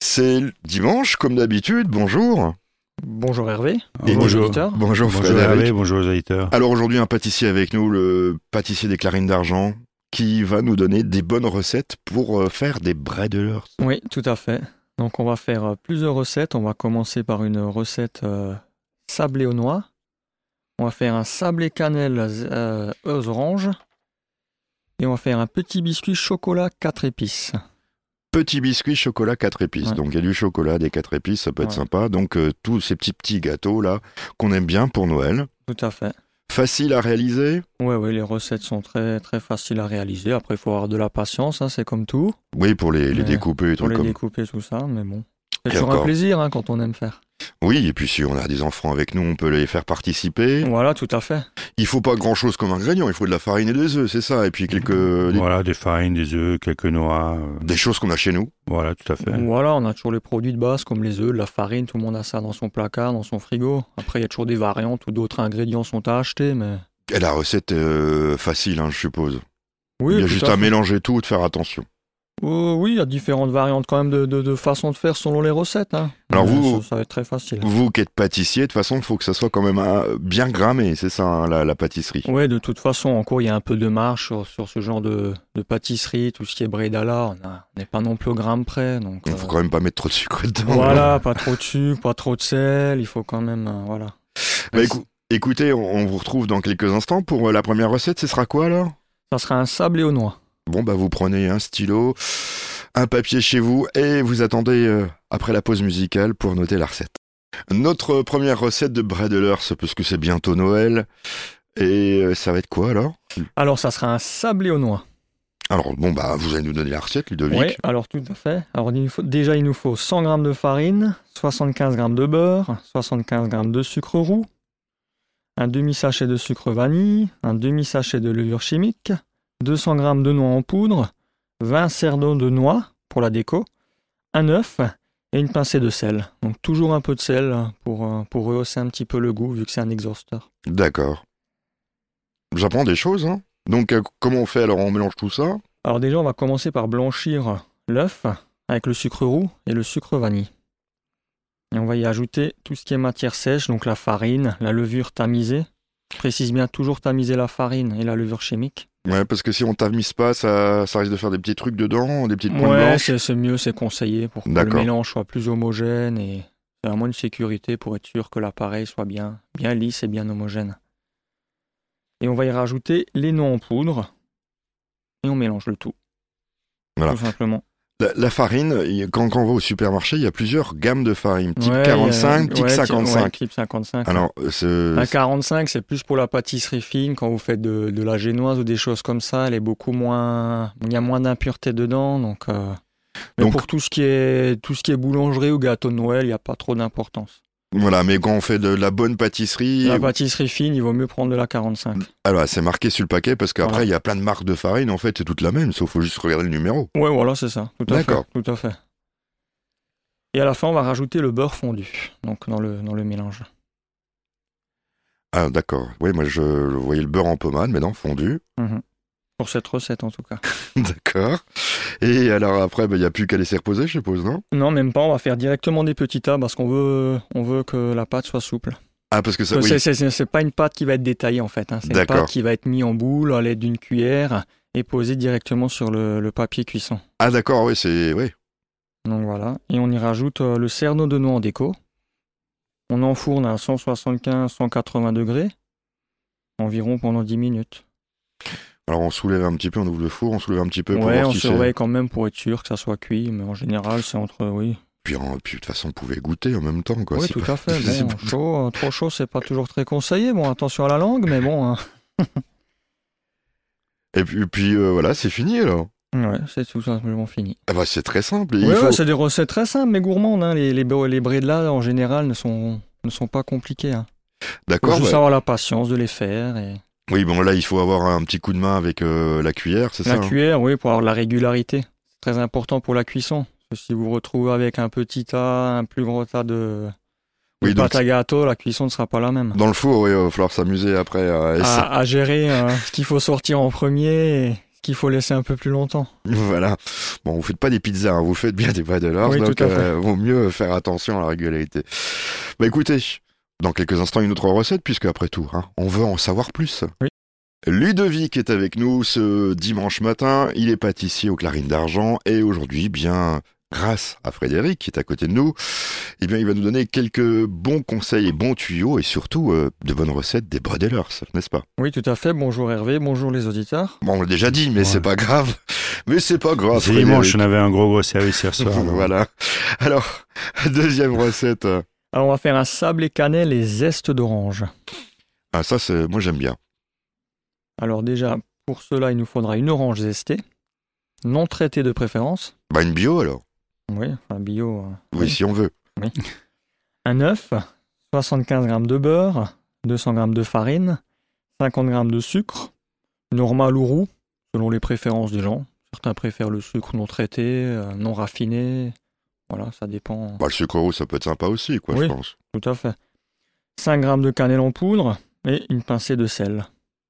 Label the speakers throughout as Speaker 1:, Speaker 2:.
Speaker 1: c'est dimanche, comme d'habitude. Bonjour.
Speaker 2: Bonjour Hervé.
Speaker 1: Et
Speaker 2: bonjour.
Speaker 1: bonjour.
Speaker 2: auditeurs.
Speaker 1: Bonjour,
Speaker 3: Bonjour
Speaker 1: Frédéric.
Speaker 3: Hervé, bonjour aux auditeurs.
Speaker 1: Alors aujourd'hui, un pâtissier avec nous, le pâtissier des clarines d'argent, qui va nous donner des bonnes recettes pour euh, faire des breaders.
Speaker 2: Oui, tout à fait. Donc on va faire euh, plusieurs recettes. On va commencer par une recette euh, sablé aux noix. On va faire un sablé cannelle euh, aux oranges. Et on va faire un petit biscuit chocolat 4 épices.
Speaker 1: Petit biscuit chocolat 4 épices.
Speaker 2: Ouais.
Speaker 1: Donc il y a du chocolat, des 4 épices, ça peut être
Speaker 2: Ouais.
Speaker 1: sympa. Donc euh, tous ces petits petits gâteaux là qu'on aime bien pour Noël.
Speaker 2: Tout à fait.
Speaker 1: Facile à réaliser.
Speaker 2: Oui, oui, les recettes sont très, très faciles à réaliser. Après, il faut avoir de la patience, hein, c'est comme tout.
Speaker 1: Oui, pour les, les
Speaker 2: Ouais.
Speaker 1: découper et
Speaker 2: Pour
Speaker 1: trucs
Speaker 2: les
Speaker 1: comme
Speaker 2: découper, tout ça, mais bon.
Speaker 1: Et
Speaker 2: C'est toujours un
Speaker 1: encore.
Speaker 2: plaisir hein, quand on aime faire.
Speaker 1: Oui, et puis si on a des enfants avec nous, on peut les faire participer.
Speaker 2: Voilà, tout à fait.
Speaker 1: Il faut pas grand-chose comme ingrédient, il faut de la farine et des œufs, c'est ça. Et puis quelques des,
Speaker 3: Voilà, des farines, des œufs, quelques noix. euh,
Speaker 1: des choses qu'on a chez nous.
Speaker 3: Voilà, tout à fait.
Speaker 2: Voilà, on a toujours les produits de base comme les œufs, la farine, tout le monde a ça dans son placard, dans son frigo. Après, il y a toujours des variantes ou d'autres ingrédients sont à acheter, mais.
Speaker 1: Et la recette euh, facile, hein, je suppose.
Speaker 2: Oui,
Speaker 1: il y a
Speaker 2: tout
Speaker 1: juste
Speaker 2: à
Speaker 1: à
Speaker 2: fait.
Speaker 1: mélanger tout, de faire attention.
Speaker 2: Oh, oui, il y a différentes variantes quand même de, de, de façons de faire selon les recettes. hein.
Speaker 1: Alors
Speaker 2: Mais
Speaker 1: vous-
Speaker 2: Ça, ça va être très facile.
Speaker 1: Vous qui êtes pâtissier, de toute façon, il faut que ça soit quand même euh, bien grammé, c'est ça, hein, la, la pâtisserie.
Speaker 2: Oui, de toute façon, en cours, il y a un peu de marge sur, sur ce genre de, de pâtisserie, tout ce qui est bredala. On a- on n'est pas non plus au gramme près, donc.
Speaker 1: Il
Speaker 2: euh,
Speaker 1: faut quand même pas mettre trop de sucre dedans.
Speaker 2: voilà, pas trop de sucre, pas trop de sel, il faut quand même. euh, voilà.
Speaker 1: Bah, écou- écoutez, on, on vous retrouve dans quelques instants pour euh, la première recette. Ce sera quoi alors
Speaker 2: Ça sera un sablé aux noix.
Speaker 1: Bon, bah vous prenez un stylo, un papier chez vous et vous attendez euh, après la pause musicale pour noter la recette. Notre première recette de Bredelers, parce que c'est bientôt Noël. Et euh, ça va être quoi alors
Speaker 2: Alors, ça sera un sablé aux noix.
Speaker 1: Alors bon, bah vous allez nous donner la recette, Ludovic.
Speaker 2: Oui, alors tout à fait. Alors il nous faut- déjà, il nous faut 100 g de farine, 75 g de beurre, 75 g de sucre roux, un demi-sachet de sucre vanille, un demi-sachet de levure chimique, 200 g de noix en poudre, 20 cerdons de noix pour la déco, un œuf et une pincée de sel. Donc toujours un peu de sel hein, pour, euh, pour rehausser un petit peu le goût vu que c'est un exhausteur.
Speaker 1: D'accord. J'apprends des choses, hein. Donc euh, comment on fait alors On mélange tout ça
Speaker 2: Alors déjà, on va commencer par blanchir l'œuf avec le sucre roux et le sucre vanille. Et on va y ajouter tout ce qui est matière sèche, donc la farine, la levure tamisée. Je précise bien toujours tamiser la farine et la levure chimique.
Speaker 1: Ouais, parce que si on tamise pas, ça, ça risque de faire des petits trucs dedans, des petites pointes
Speaker 2: Ouais,
Speaker 1: blanches.
Speaker 2: c'est c'est mieux, c'est conseillé pour que le
Speaker 1: D'accord.
Speaker 2: mélange soit plus homogène et c'est vraiment une sécurité pour être sûr que l'appareil soit bien, bien lisse et bien homogène. Et on va y rajouter les noix en poudre et on mélange le tout.
Speaker 1: Voilà.
Speaker 2: Tout simplement.
Speaker 1: La, la farine, il- quand, quand on va au supermarché, il y a plusieurs gammes de farine. Type
Speaker 2: Ouais,
Speaker 1: 45,
Speaker 2: euh,
Speaker 1: type
Speaker 2: ouais, type-
Speaker 1: 55.
Speaker 2: ouais, Ah. type 55.
Speaker 1: Alors, euh, ce-
Speaker 2: un 45, c'est plus pour la pâtisserie fine, quand vous faites de, de la génoise ou des choses comme ça, elle est beaucoup moins. Il y a moins d'impuretés dedans. Donc, euh, Mais
Speaker 1: Donc-
Speaker 2: pour tout ce, qui est, tout ce qui est boulangerie ou gâteau de Noël, il n'y a pas trop d'importance.
Speaker 1: voilà, mais quand on fait de, la bonne pâtisserie,
Speaker 2: La pâtisserie fine, il vaut mieux prendre de la 45.
Speaker 1: alors c'est marqué sur le paquet parce qu'après
Speaker 2: Voilà.
Speaker 1: il y a plein de marques de farine, en fait c'est toute la même, sauf faut juste regarder le numéro.
Speaker 2: Ouais, voilà, c'est ça. Tout à fait.
Speaker 1: D'accord.
Speaker 2: Tout à fait. Et à la fin, on va rajouter le beurre fondu, donc dans le, dans le mélange.
Speaker 1: Ah d'accord. Oui, moi je je voyais le beurre en pommade, mais non, fondu.
Speaker 2: Pour cette recette, en tout cas.
Speaker 1: d'accord. Et alors après, ben, il n'y a plus qu'à laisser reposer, je suppose, non
Speaker 2: Non, même pas. On va faire directement des petits tas parce qu'on veut, on veut que la pâte soit souple.
Speaker 1: Ah parce que ça, oui.
Speaker 2: C'est- c'est- C'est c'est pas une pâte qui va être détaillée en fait. hein. C'est une
Speaker 1: D'accord.
Speaker 2: pâte qui va être mise en boule à l'aide d'une cuillère et posée directement sur le, le papier cuisson.
Speaker 1: Ah d'accord, oui, c'est oui.
Speaker 2: Donc voilà. Et on y rajoute euh, le cerneau de noix en déco. On enfourne à 175-180 degrés environ pendant 10 minutes.
Speaker 1: Alors on soulève un petit peu, on ouvre le four, on soulève un petit peu pour
Speaker 2: Ouais,
Speaker 1: voir
Speaker 2: on
Speaker 1: si c'est-
Speaker 2: surveille quand même pour être sûr que ça soit cuit, mais en général c'est entre oui.
Speaker 1: Puis, en- puis de toute façon, on pouvait goûter en même temps, quoi.
Speaker 2: oui,
Speaker 1: c'est
Speaker 2: tout
Speaker 1: pas-
Speaker 2: à fait.
Speaker 1: c'est
Speaker 2: Bon,
Speaker 1: pas-
Speaker 2: chaud, euh, trop chaud, c'est pas toujours très conseillé. Bon, attention à la langue, mais bon. hein.
Speaker 1: Et puis, puis, euh, voilà, c'est fini alors.
Speaker 2: Ouais, c'est tout simplement fini.
Speaker 1: Ah bah, c'est très simple. Il
Speaker 2: Ouais,
Speaker 1: faut-
Speaker 2: ouais, c'est des recettes très simples mais gourmandes. hein. Les, les, bro- les bredelats, en général, ne sont, ne sont pas compliqués. Hein. Faut
Speaker 1: D'accord.
Speaker 2: juste
Speaker 1: bah-
Speaker 2: avoir la patience de les faire. Et...
Speaker 1: Oui, bon là, il faut avoir un petit coup de main avec euh, la cuillère, c'est
Speaker 2: La
Speaker 1: ça. hein
Speaker 2: cuillère, oui, pour avoir de la régularité. C'est très important pour la cuisson. Parce que si vous vous retrouvez avec un petit tas, un plus gros tas de, de
Speaker 1: Oui, donc
Speaker 2: pâte à gâteau, la cuisson ne sera pas la même. Ah,
Speaker 1: Dans le four, oui, il va falloir s'amuser après. euh, et ça-
Speaker 2: hein, À, à gérer euh, ce qu'il faut sortir en premier et qu'il faut laisser un peu plus longtemps.
Speaker 1: Voilà. Bon, vous faites pas des pizzas, hein, vous faites bien des breadlers,
Speaker 2: Oui,
Speaker 1: donc
Speaker 2: tout à fait.
Speaker 1: euh, vaut mieux faire attention à la régularité. Bah écoutez, dans quelques instants une autre recette, puisque après tout, hein, on veut en savoir plus.
Speaker 2: Oui.
Speaker 1: Ludovic est avec nous ce dimanche matin, il est pâtissier aux Clarines d'Argent, et aujourd'hui, eh bien grâce à Frédéric qui est à côté de nous, eh bien il va nous donner quelques bons conseils et bons tuyaux, et surtout euh, de bonnes recettes des breadlers, n'est-ce pas
Speaker 2: Oui, tout à fait. Bonjour Hervé, bonjour les auditeurs.
Speaker 1: Bon, on l'a déjà dit, mais
Speaker 3: Ouais.
Speaker 1: c'est pas grave. Mais c'est pas grave,
Speaker 3: C'est
Speaker 1: Frédéric.
Speaker 3: dimanche, on avait un gros gros service hier soir. donc.
Speaker 1: voilà. Alors, deuxième recette. euh,
Speaker 2: Alors on va faire un sable et cannelle et zeste d'orange.
Speaker 1: Ah, ça, c'est, moi, j'aime bien.
Speaker 2: Alors déjà, pour cela, il nous faudra une orange zestée, non traitée de préférence.
Speaker 1: Bah, une bio, alors.
Speaker 2: Oui, enfin bio. euh,
Speaker 1: Oui, si on veut.
Speaker 2: Un œuf, 75 g de beurre, 200 g de farine, 50 g de sucre, normal ou roux, selon les préférences des gens. Certains préfèrent le sucre non traité, euh, non raffiné. Voilà, ça dépend.
Speaker 1: Bah, le sucre roux, ça peut être sympa aussi, quoi,
Speaker 2: Oui.
Speaker 1: je pense.
Speaker 2: Tout à fait. 5 g de cannelle en poudre et une pincée de sel.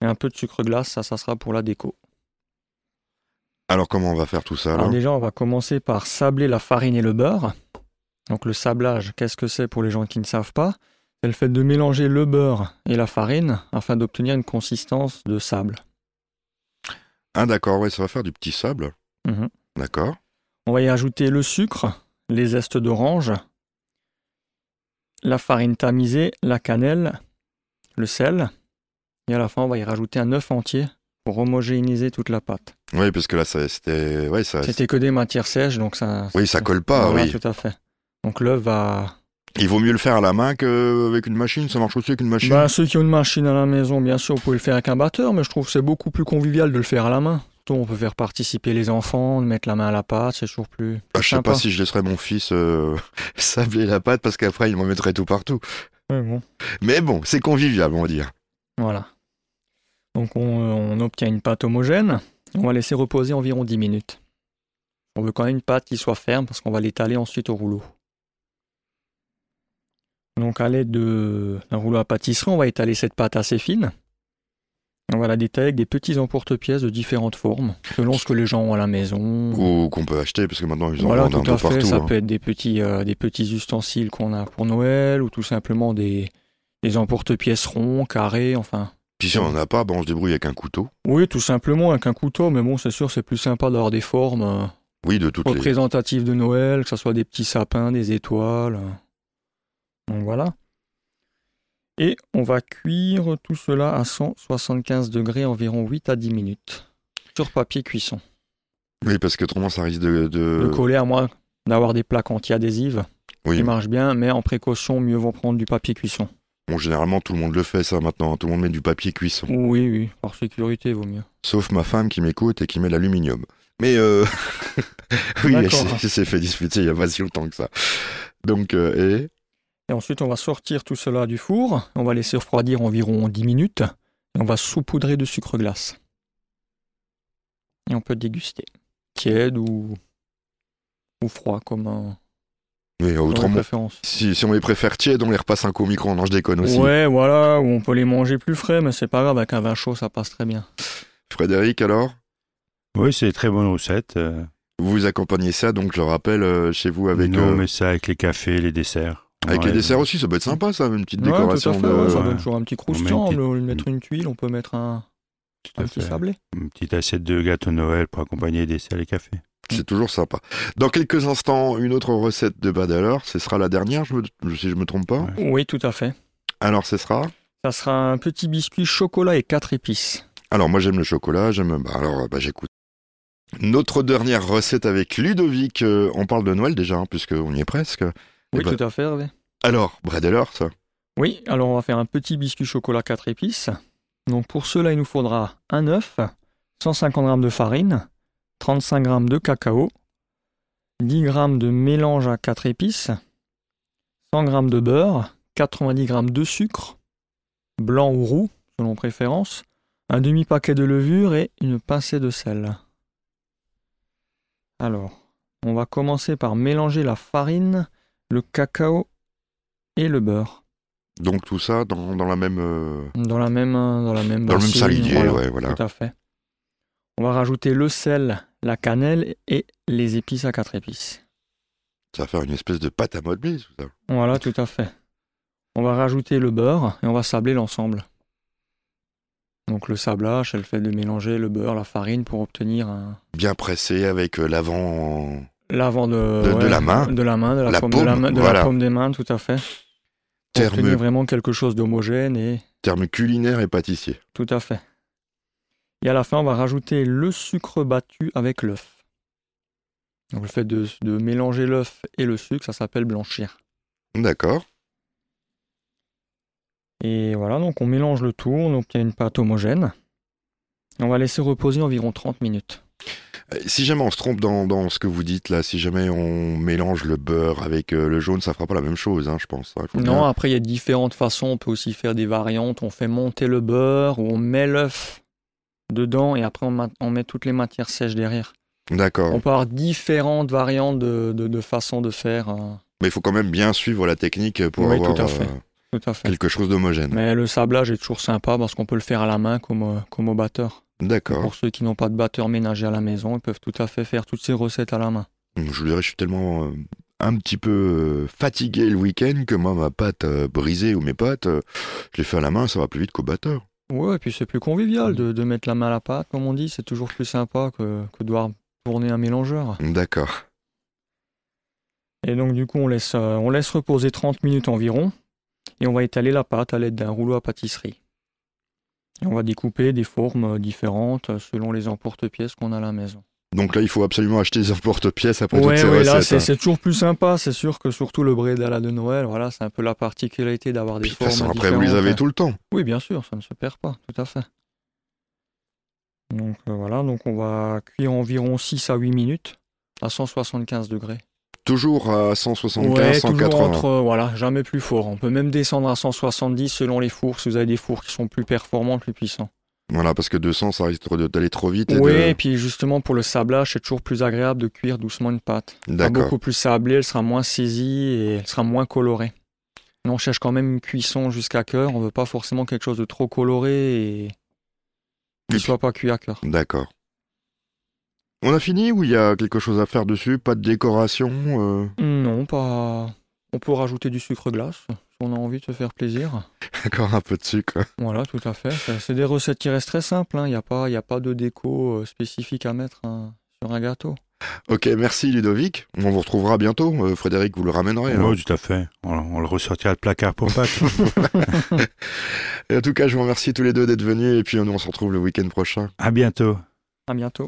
Speaker 2: Et un peu de sucre glace, ça, ça sera pour la déco.
Speaker 1: Alors, comment on va faire tout ça,
Speaker 2: Alors
Speaker 1: alors
Speaker 2: déjà, on va commencer par sabler la farine et le beurre. Donc le sablage, qu'est-ce que c'est pour les gens qui ne savent pas C'est le fait de mélanger le beurre et la farine afin d'obtenir une consistance de sable.
Speaker 1: Ah, d'accord, ouais, ça va faire du petit sable.
Speaker 2: Mhm.
Speaker 1: D'accord.
Speaker 2: On va y ajouter le sucre, les zestes d'orange, la farine tamisée, la cannelle, le sel. Et à la fin, on va y rajouter un œuf entier pour homogénéiser toute la pâte.
Speaker 1: Oui, parce que là, ça, c'était. Ouais, ça.
Speaker 2: C'était que des matières sèches, donc ça...
Speaker 1: Bah, Oui, ça colle pas,
Speaker 2: Voilà,
Speaker 1: oui.
Speaker 2: tout à fait. Donc l'œuf va
Speaker 1: Il vaut mieux le faire à la main qu'avec une machine. Ça marche aussi avec une machine.
Speaker 2: Bah, ceux qui ont une machine à la maison, bien sûr, vous pouvez le faire avec un batteur, mais je trouve que c'est beaucoup plus convivial de le faire à la main. Surtout, on peut faire participer les enfants, de mettre la main à la pâte, c'est toujours plus,
Speaker 1: Ah,
Speaker 2: plus
Speaker 1: je sais
Speaker 2: sympa.
Speaker 1: pas si je laisserais mon fils euh, sabler la pâte parce qu'après, il m'en mettrait tout partout.
Speaker 2: Ouais, bon.
Speaker 1: Mais bon, c'est convivial, on va dire.
Speaker 2: Voilà. Donc on, euh, on obtient une pâte homogène, on va laisser reposer environ 10 minutes. On veut quand même une pâte qui soit ferme parce qu'on va l'étaler ensuite au rouleau. Donc à l'aide de- d'un rouleau à pâtisserie, on va étaler cette pâte assez fine. On va la détailler avec des petits emporte-pièces de différentes formes, selon ce que les gens ont à la maison.
Speaker 1: Ou qu'on peut acheter parce que maintenant, ils en
Speaker 2: Mmh. Voilà,
Speaker 1: vendent
Speaker 2: tout
Speaker 1: un peu
Speaker 2: à fait.
Speaker 1: partout.
Speaker 2: ça
Speaker 1: hein.
Speaker 2: peut être des petits, euh, des petits ustensiles qu'on a pour Noël ou tout simplement des, des emporte-pièces ronds, carrés, enfin.
Speaker 1: Puis si on en a pas, bah, on se débrouille avec un couteau.
Speaker 2: Oui, tout simplement avec un couteau, mais bon, c'est sûr, c'est plus sympa d'avoir des formes euh,
Speaker 1: Oui, de toutes les.
Speaker 2: représentatives de Noël, que ce soit des petits sapins, des étoiles. euh. Donc voilà. Et on va cuire tout cela à 175 degrés environ 8 à 10 minutes sur papier cuisson.
Speaker 1: Oui, parce que autrement, ça risque de. de-
Speaker 2: Le coller à moins d'avoir des plaques anti-adhésives
Speaker 1: Euh. oui,
Speaker 2: qui marchent bien, mais en précaution, mieux vaut prendre du papier cuisson.
Speaker 1: bon, généralement, tout le monde le fait, ça, maintenant. Tout le monde met du papier cuisson.
Speaker 2: Oui, oui, par sécurité, vaut mieux.
Speaker 1: Sauf ma femme qui m'écoute et qui met l'aluminium. Mais. Euh... oui, elle
Speaker 2: D'accord.
Speaker 1: s'est- elle s'est fait disputer il n'y a pas si longtemps que ça. Donc, euh, et.
Speaker 2: Et ensuite, on va sortir tout cela du four. On va laisser refroidir environ 10 minutes. Et on va saupoudrer de sucre glace. Et on peut déguster. Tiède ou, ou froid, comme un.
Speaker 1: Mais euh,
Speaker 2: comme une
Speaker 1: autrement.
Speaker 2: préférence.
Speaker 1: Si, si on les préfère tièdes, on les repasse un coup au micro, non, je déconne aussi.
Speaker 2: Ouais, voilà, ou on peut les manger plus frais, mais c'est pas grave, avec un vin chaud, ça passe très bien.
Speaker 1: Frédéric, alors
Speaker 3: Oui, c'est une très bonne recette. euh,
Speaker 1: Vous accompagnez ça, donc je le rappelle, euh, chez vous avec.
Speaker 3: nous, on
Speaker 1: euh,
Speaker 3: met ça avec les cafés, les desserts. On
Speaker 1: Avec les
Speaker 3: enlève-
Speaker 1: desserts aussi, ça peut être sympa, ça, une petite
Speaker 2: Ouais, tout
Speaker 1: décoration
Speaker 2: à fait,
Speaker 1: de.
Speaker 2: ouais, ça
Speaker 3: ouais.
Speaker 2: donne toujours un petit croustillant.
Speaker 3: On met une
Speaker 2: On peut mettre une tuile, on peut mettre un,
Speaker 3: Mm. Tout à
Speaker 2: un
Speaker 1: Ah,
Speaker 2: petit
Speaker 3: fait.
Speaker 2: sablé.
Speaker 3: Une petite assiette de gâteau Noël pour accompagner les desserts et les cafés.
Speaker 2: Mm.
Speaker 1: C'est toujours sympa. Dans quelques instants, une autre recette de Badalore. Ce sera la dernière, je me- si je me trompe pas.
Speaker 3: Ouais.
Speaker 2: Oui, tout à fait.
Speaker 1: Alors, ce sera.
Speaker 2: Ça sera un petit biscuit chocolat et quatre épices.
Speaker 1: Alors, moi, j'aime le chocolat. J'aime. bah, alors, bah, j'écoute. Notre dernière recette avec Ludovic. euh, on parle de Noël déjà, hein, puisqu'on y est presque. Eh
Speaker 2: Oui,
Speaker 1: ben-
Speaker 2: tout à fait, Hervé.
Speaker 1: Alors, Badalore, ça.
Speaker 2: Oui, alors on va faire un petit biscuit chocolat 4 épices. Donc pour cela, il nous faudra un œuf, 150 g de farine, 35 g de cacao, 10 g de mélange à 4 épices, 100 g de beurre, 90 g de sucre, blanc ou roux, selon préférence, un demi-paquet de levure et une pincée de sel. Alors, on va commencer par mélanger la farine, le cacao et le beurre.
Speaker 1: Donc, tout ça dans, dans la même. euh,
Speaker 2: Dans la même, dans la même
Speaker 1: Dans le même
Speaker 2: bassine,
Speaker 1: salier,
Speaker 2: voilà,
Speaker 1: ouais, voilà.
Speaker 2: Tout à fait. On va rajouter le sel, la cannelle et les épices à quatre épices.
Speaker 1: Ça va faire une espèce de pâte à modeler, tout ça.
Speaker 2: Voilà, tout à fait. On va rajouter le beurre et on va sabler l'ensemble. Donc le sablage, c'est le fait de mélanger le beurre, la farine pour obtenir un...
Speaker 1: Bien pressé avec euh, l'avant.
Speaker 2: l'avant de,
Speaker 1: De- de la main.
Speaker 2: de la main, de la,
Speaker 1: La
Speaker 2: paume,
Speaker 1: paume,
Speaker 2: de, la main- de la
Speaker 1: voilà.
Speaker 2: paume des mains, tout à fait. Pour
Speaker 1: Terme-
Speaker 2: obtenir vraiment quelque chose d'homogène et
Speaker 1: Terme culinaire et pâtissier.
Speaker 2: tout à fait. Et à la fin, on va rajouter le sucre battu avec l'œuf. Donc le fait de, de mélanger l'œuf et le sucre, ça s'appelle blanchir.
Speaker 1: D'accord.
Speaker 2: Et voilà, donc on mélange le tout, on obtient une pâte homogène. Et On va laisser reposer environ 30 minutes.
Speaker 1: Euh, Si jamais on se trompe dans, dans ce que vous dites là, si jamais on mélange le beurre avec euh, le jaune, ça fera pas la même chose, hein, je pense. hein. Il faut
Speaker 2: Non,
Speaker 1: bien-
Speaker 2: après il y a différentes façons, on peut aussi faire des variantes, on fait monter le beurre ou on met l'œuf dedans et après on, ma- on met toutes les matières sèches derrière.
Speaker 1: D'accord.
Speaker 2: On peut avoir différentes variantes de, de, de façons de faire, euh,
Speaker 1: Mais il faut quand même bien suivre la technique pour
Speaker 2: Oui,
Speaker 1: avoir
Speaker 2: tout à fait.
Speaker 1: euh,
Speaker 2: tout à fait.
Speaker 1: quelque chose d'homogène.
Speaker 2: Mais le sablage est toujours sympa parce qu'on peut le faire à la main comme, euh, comme au batteur.
Speaker 1: D'accord.
Speaker 2: Pour ceux qui n'ont pas de batteur ménager à la maison, ils peuvent tout à fait faire toutes ces recettes à la main.
Speaker 1: Hum, Je vous dirais, je suis tellement euh, un petit peu euh, fatigué le week-end que moi, ma pâte euh, brisée ou mes pâtes, euh, je les fais à la main, ça va plus vite qu'au batteur.
Speaker 2: Ouais, et puis c'est plus convivial de, de mettre la main à la pâte, comme on dit. C'est toujours plus sympa que, que de devoir tourner un mélangeur.
Speaker 1: D'accord.
Speaker 2: Et donc, du coup, on laisse, euh, on laisse reposer 30 minutes environ. Et on va étaler la pâte à l'aide d'un rouleau à pâtisserie. Et on va découper des formes euh, différentes euh, selon les emporte-pièces qu'on a à la maison.
Speaker 1: Donc là, il faut absolument acheter des emporte-pièces après toutes
Speaker 2: ouais,
Speaker 1: ces
Speaker 2: ouais, là, c'est
Speaker 1: recettes. hein.
Speaker 2: c'est toujours plus sympa. C'est sûr que surtout le bread à la de Noël, voilà, c'est un peu la particularité d'avoir des
Speaker 1: Puis, de toute
Speaker 2: formes
Speaker 1: façon, hein. après,
Speaker 2: différentes. hein.
Speaker 1: vous les avez tout le temps.
Speaker 2: Oui, bien sûr, ça ne se perd pas, tout à fait. Donc euh, voilà, donc on va cuire environ 6 à 8 minutes à 175 degrés.
Speaker 1: Toujours à 175,
Speaker 2: ouais, toujours
Speaker 1: 180.
Speaker 2: entre, euh, voilà, jamais plus fort. On peut même descendre à 170 selon les fours, si vous avez des fours qui sont plus performants, plus puissants.
Speaker 1: Voilà, parce que 200, ça risque de- d'aller trop vite. et
Speaker 2: Oui,
Speaker 1: de-
Speaker 2: et puis justement pour le sablage, c'est toujours plus agréable de cuire doucement une pâte. Elle sera
Speaker 1: D'accord.
Speaker 2: beaucoup plus sablée, elle sera moins saisie et elle sera moins colorée. Mais on cherche quand même une cuisson jusqu'à cœur, on veut pas forcément quelque chose de trop coloré et qui
Speaker 1: Et
Speaker 2: soit pas cuit à cœur.
Speaker 1: D'accord. On a fini ou il y a quelque chose à faire dessus Pas de décoration euh
Speaker 2: Non, pas. On peut rajouter du sucre glace si on a envie de se faire plaisir.
Speaker 1: Encore un peu de sucre.
Speaker 2: Voilà, tout à fait. C'est c'est des recettes qui restent très simples. Il n'y a, pas- y a pas de déco euh, spécifique à mettre hein, sur un gâteau.
Speaker 1: Ok, merci Ludovic. On vous retrouvera bientôt. Euh, Frédéric, vous le ramènerez. hein.
Speaker 3: Ouais, tout à fait. On, on le ressortira de placard pour Pâques.
Speaker 1: Et en tout cas, je vous remercie tous les deux d'être venus et puis euh, nous on se retrouve le week-end prochain.
Speaker 3: à bientôt.
Speaker 2: À bientôt.